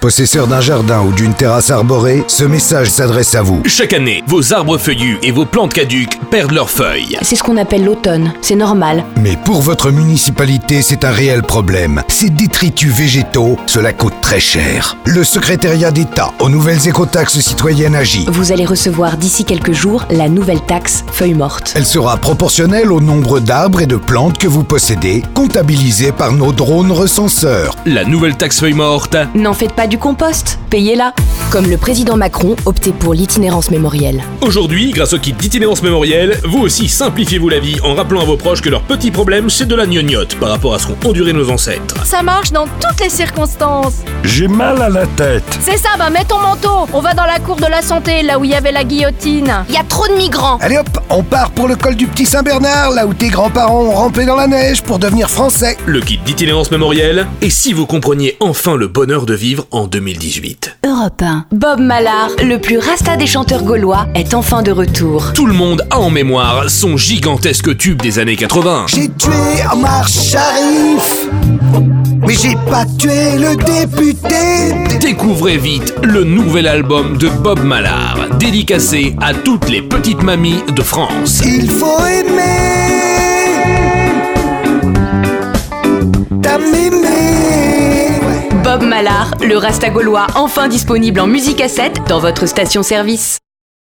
Possesseur d'un jardin ou d'une terrasse arborée, ce message s'adresse à vous. Chaque année, vos arbres feuillus et vos plantes caduques perdent leurs feuilles. C'est ce qu'on appelle l'automne, c'est normal. Mais pour votre municipalité, c'est un réel problème. Ces détritus végétaux, cela coûte très cher. Le secrétariat d'État aux nouvelles écotaxes citoyennes agit. Vous allez recevoir d'ici quelques jours la nouvelle taxe feuille morte. Elle sera proportionnelle au nombre d'arbres et de plantes que vous possédez, comptabilisée par nos drones recenseurs. La nouvelle taxe feuille morte. N'en faites pas du compost, payez-la. Comme le président Macron, optez pour l'itinérance mémorielle. Aujourd'hui, grâce au kit d'itinérance mémorielle, vous aussi simplifiez-vous la vie en rappelant à vos proches que leur petit problème, c'est de la gnognotte par rapport à ce qu'ont enduré nos ancêtres. Ça marche dans toutes les circonstances. J'ai mal à la tête. C'est ça, bah mets ton manteau. On va dans la cour de la santé, là où il y avait la guillotine. Il y a trop de migrants. Allez hop, on part pour le col du petit Saint-Bernard, là où tes grands-parents ont rampé dans la neige pour devenir français. Le kit d'itinérance mémorielle, et si vous compreniez enfin le bonheur de vivre en 2018. Europe 1. Bob Mallard, le plus rasta des chanteurs gaulois, est enfin de retour. Tout le monde a en mémoire son gigantesque tube des années 80. J'ai tué Omar Sharif, mais j'ai pas tué le député. Découvrez vite le nouvel album de Bob Mallard, dédicacé à toutes les petites mamies de France. Il faut aimer ta mémé. Bob Mallard, le rasta gaulois, enfin disponible en musique à 7 dans votre station-service.